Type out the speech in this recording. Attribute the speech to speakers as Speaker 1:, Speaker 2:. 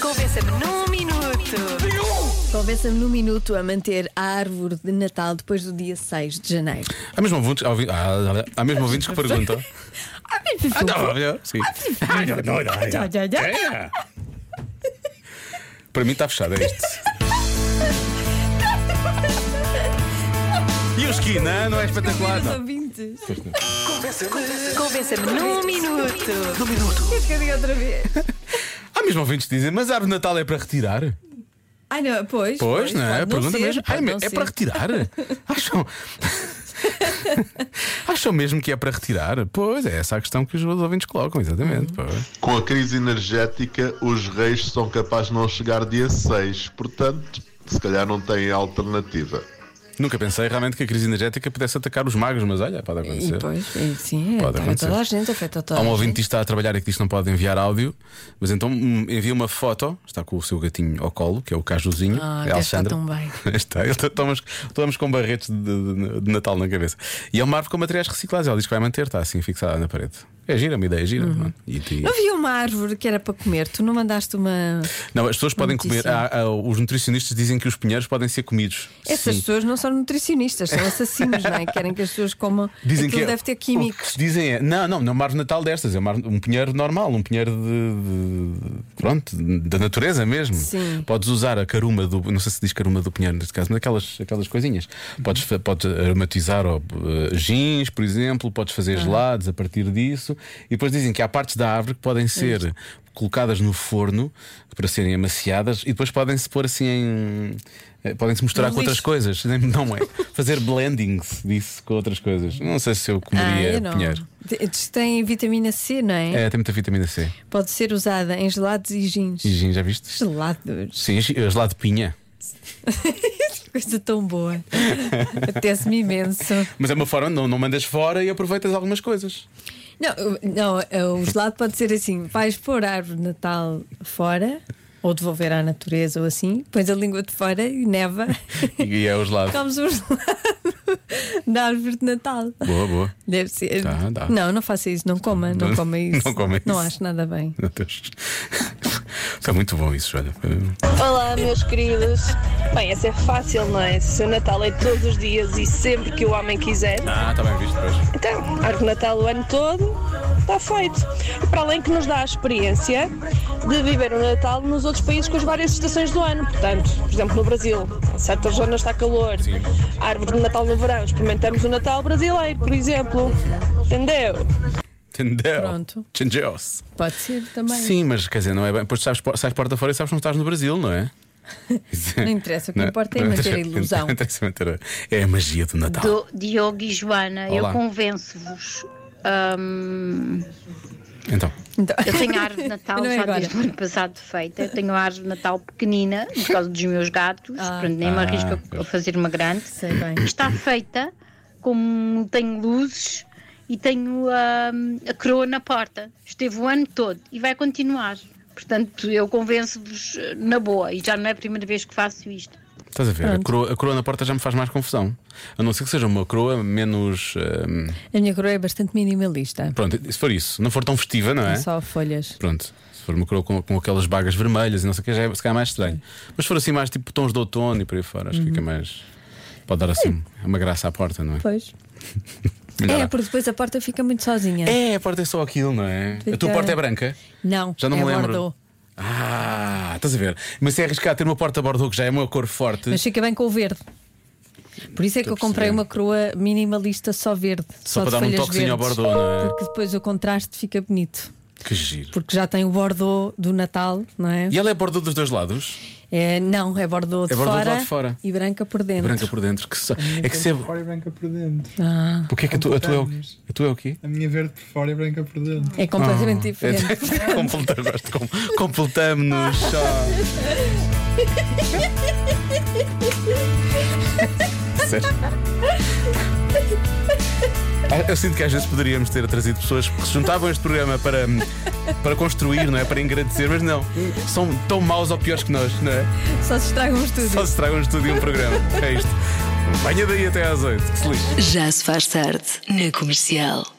Speaker 1: Convença-me num minuto.
Speaker 2: Convença-me num minuto a manter a árvore de Natal depois do dia 6 de janeiro.
Speaker 3: Há mesmo ouvintes, há, ouvi- há- há- há mesmo ouvintes que perguntam.
Speaker 2: Ah, bem,
Speaker 3: Ah, não, não, sim. Ah, não, não, não, não. É. Para mim está fechado, é isto. E o ski? Não, não é espetacular. Não.
Speaker 2: ouvintes.
Speaker 1: Convença-me num minuto.
Speaker 2: Queres que eu diga outra vez?
Speaker 3: Há mesmo ouvintes que dizem, mas a árvore de Natal é para retirar?
Speaker 2: Ah, não, pois.
Speaker 3: Pois, não é?
Speaker 2: pode
Speaker 3: Pergunta
Speaker 2: ser,
Speaker 3: mesmo.
Speaker 2: pode
Speaker 3: Ai, me-
Speaker 2: não
Speaker 3: é
Speaker 2: ser.
Speaker 3: para retirar? Acham. Acham mesmo que é para retirar? Pois, é essa a questão que os ouvintes colocam, exatamente. pois.
Speaker 4: Com a crise energética, os reis são capazes de não chegar dia 6, portanto, se calhar não têm alternativa.
Speaker 3: Nunca pensei realmente que a crise energética pudesse atacar os magos, mas olha, pode
Speaker 2: E
Speaker 3: acontecer.
Speaker 2: depois, sim, é,
Speaker 3: Pode
Speaker 2: afeta toda a
Speaker 3: acontecer.
Speaker 2: gente, afeta toda
Speaker 3: Há um
Speaker 2: a
Speaker 3: ouvinte
Speaker 2: gente.
Speaker 3: que está a trabalhar e que diz que não pode enviar áudio, mas então hum, envia uma foto, está com o seu gatinho ao colo, que é o Cajuzinho.
Speaker 2: Ah,
Speaker 3: é
Speaker 2: deve
Speaker 3: a
Speaker 2: estar
Speaker 3: Alexandra.
Speaker 2: tão bem.
Speaker 3: está, ele está, estamos, estamos com barretes de, de- de Natal na cabeça. E é uma árvore com materiais reciclados, ela diz que vai manter, está assim fixada na parede. É gira, uma ideia gira.
Speaker 2: Uhum.
Speaker 3: não é? E ti-
Speaker 2: Não havia uma árvore que era para comer, tu não mandaste uma.
Speaker 3: Não, as pessoas podem comer,
Speaker 2: Notícia.
Speaker 3: há- há- os nutricionistas dizem que os pinheiros podem ser comidos.
Speaker 2: Essas
Speaker 3: Sim.
Speaker 2: pessoas não são nutricionistas, são assassinos, não é? Querem que as pessoas comam.
Speaker 3: Dizem
Speaker 2: Aquilo
Speaker 3: que é-
Speaker 2: deve ter
Speaker 3: O que
Speaker 2: químicos.
Speaker 3: se dizem é, não, não, não é uma árvore de natal destas, é uma árvore- um pinheiro normal, um pinheiro de, de- pronto, da natureza mesmo.
Speaker 2: Sim.
Speaker 3: Podes usar a caruma do, não sei se diz caruma do pinheiro neste caso, mas aquelas, aquelas coisinhas. Podes, fa- podes aromatizar ou, eh, gins, por exemplo, podes
Speaker 2: Ah.
Speaker 3: fazer gelados a partir disso. E depois dizem que há partes da árvore que podem ser colocadas no forno para serem amaciadas e depois podem-se pôr assim em. eh, Podem-se misturar
Speaker 2: No
Speaker 3: com outras
Speaker 2: lixo.
Speaker 3: coisas, não é? Fazer blendings disso com outras coisas. Não sei se eu
Speaker 2: Ah,
Speaker 3: comeria
Speaker 2: eu não.
Speaker 3: pinheiro.
Speaker 2: Diz que Tem vitamina C, não é?
Speaker 3: É, tem muita vitamina C.
Speaker 2: Pode ser usada em gelados e gins.
Speaker 3: E gin, já viste?
Speaker 2: Gelados.
Speaker 3: Sim, gi- gelado de pinha.
Speaker 2: Coisa tão boa. Apetece-me imenso.
Speaker 3: Mas é uma forma, não, não mandas fora e aproveitas algumas coisas.
Speaker 2: Não, eu- não, eu- o gelado pode ser assim: vais pôr a árvore de Natal fora, ou devolver à natureza, ou assim, pões a língua de fora e neva,
Speaker 3: E, e é o gelado.
Speaker 2: comes o gelado da árvore de Natal.
Speaker 3: Boa, boa.
Speaker 2: Deve ser.
Speaker 3: Tá, dá.
Speaker 2: Não, não faça isso, não coma, não,
Speaker 3: Não-
Speaker 2: coma isso.
Speaker 3: não coma
Speaker 2: Não
Speaker 3: isso.
Speaker 2: acho nada bem.
Speaker 3: Meu Deus. Está muito bom isso, olha.
Speaker 5: Olá, meus queridos. Bem, essa é fácil, não é? Se o Natal é todos os dias e sempre que o homem quiser,
Speaker 3: Ah, está bem visto depois.
Speaker 5: então, árvore de Natal o ano todo, está feito. E para além que nos dá a experiência de viver o Natal nos outros países com as várias estações do ano. Portanto, por exemplo, no Brasil, em certas zonas está calor, árvore de Natal no verão, experimentamos o Natal brasileiro, por exemplo. Entendeu?
Speaker 3: Entendeu?
Speaker 2: Pronto.
Speaker 3: Entendeu-se.
Speaker 2: Pode ser também.
Speaker 3: Sim, mas quer dizer, não é bem. Depois sabes, po- sais porta fora e sabes que não estás no Brasil, não é?
Speaker 2: Não interessa, o que
Speaker 3: Não
Speaker 2: importa é
Speaker 3: não
Speaker 2: manter a
Speaker 3: interessa-
Speaker 2: ilusão.
Speaker 3: não interessa manter a- É a magia do Natal.
Speaker 6: Do- Diogo e Joana,
Speaker 3: Olá.
Speaker 6: eu convenço-vos. Hum,
Speaker 3: Então,
Speaker 2: Então-
Speaker 6: eu tenho a árvore de Natal
Speaker 2: Não é
Speaker 6: já
Speaker 2: agora.
Speaker 6: desde o ano passado feita. Eu tenho a árvore de Natal pequenina por causa dos meus gatos. Portanto, nem me
Speaker 3: Ah,
Speaker 6: arrisco a- a
Speaker 3: pois.
Speaker 6: fazer uma grande.
Speaker 2: Sei bem.
Speaker 6: Está feita, como tenho luzes e tenho hum, a coroa na porta. Esteve o ano todo e vai continuar. Portanto, eu convenço-vos eh, na boa. E já não é a primeira vez que faço isto.
Speaker 3: estás a ver? A coroa, a coroa na porta já me faz mais confusão. A não ser que seja uma coroa menos. hum,
Speaker 2: A minha coroa é bastante minimalista.
Speaker 3: pronto, se for isso. Não for tão festiva, não é?
Speaker 2: Só folhas.
Speaker 3: Pronto. Se for uma coroa com, com aquelas bagas vermelhas e não sei o que, já é se calhar mais estranho. Mas se for assim, mais tipo tons de outono e por aí fora, acho que
Speaker 2: Uhum.
Speaker 3: fica mais. Pode dar assim uma graça à porta, não é?
Speaker 2: Pois.
Speaker 3: Melhor
Speaker 2: É,
Speaker 3: a-
Speaker 2: porque depois a porta fica muito sozinha.
Speaker 3: É, a porta é só aquilo, não é? A tua
Speaker 2: Fica-
Speaker 3: porta é branca?
Speaker 2: Não,
Speaker 3: Já não
Speaker 2: é
Speaker 3: me lembro.
Speaker 2: Bordeaux.
Speaker 3: Ah, estás a ver? Mas se é arriscar ter uma porta Bordeaux que já é uma cor forte,
Speaker 2: Mas fica bem com o verde. Por isso é que
Speaker 3: Estou a
Speaker 2: eu comprei
Speaker 3: perceber.
Speaker 2: uma coroa minimalista só verde.
Speaker 3: só,
Speaker 2: de
Speaker 3: para dar um
Speaker 2: folhas
Speaker 3: toquezinho ao
Speaker 2: verdes.
Speaker 3: Bordeaux, não é?
Speaker 2: Porque depois o contraste fica bonito.
Speaker 3: Que giro.
Speaker 2: Porque já tem o Bordeaux do Natal, não é?
Speaker 3: E ela é Bordeaux dos dois lados?
Speaker 2: É, não, é Bordeaux, de,
Speaker 3: É Bordeaux do
Speaker 2: fora
Speaker 3: lado de fora.
Speaker 2: e branca por dentro.
Speaker 3: Branca por dentro. Que so... É que se é.
Speaker 7: fora e branca por dentro.
Speaker 2: Ah,
Speaker 3: O que é que a tua, a tua é o a tua é o quê?
Speaker 7: A minha verde por fora e branca por dentro.
Speaker 2: é completamente diferente.
Speaker 3: É- Completa- gosto de- Completamos-nos só. Sério? Ah, Eu sinto que às vezes poderíamos ter trazido pessoas que se juntavam a este programa para, para construir, não é? Para engrandecer, mas não. São tão maus ou piores que nós, não é?
Speaker 2: Só se estragam os tudo.
Speaker 3: Só se tragam um estúdio e um programa. É isto. Venha daí até às oito. Que se lixe.
Speaker 8: Já se faz tarde na comercial.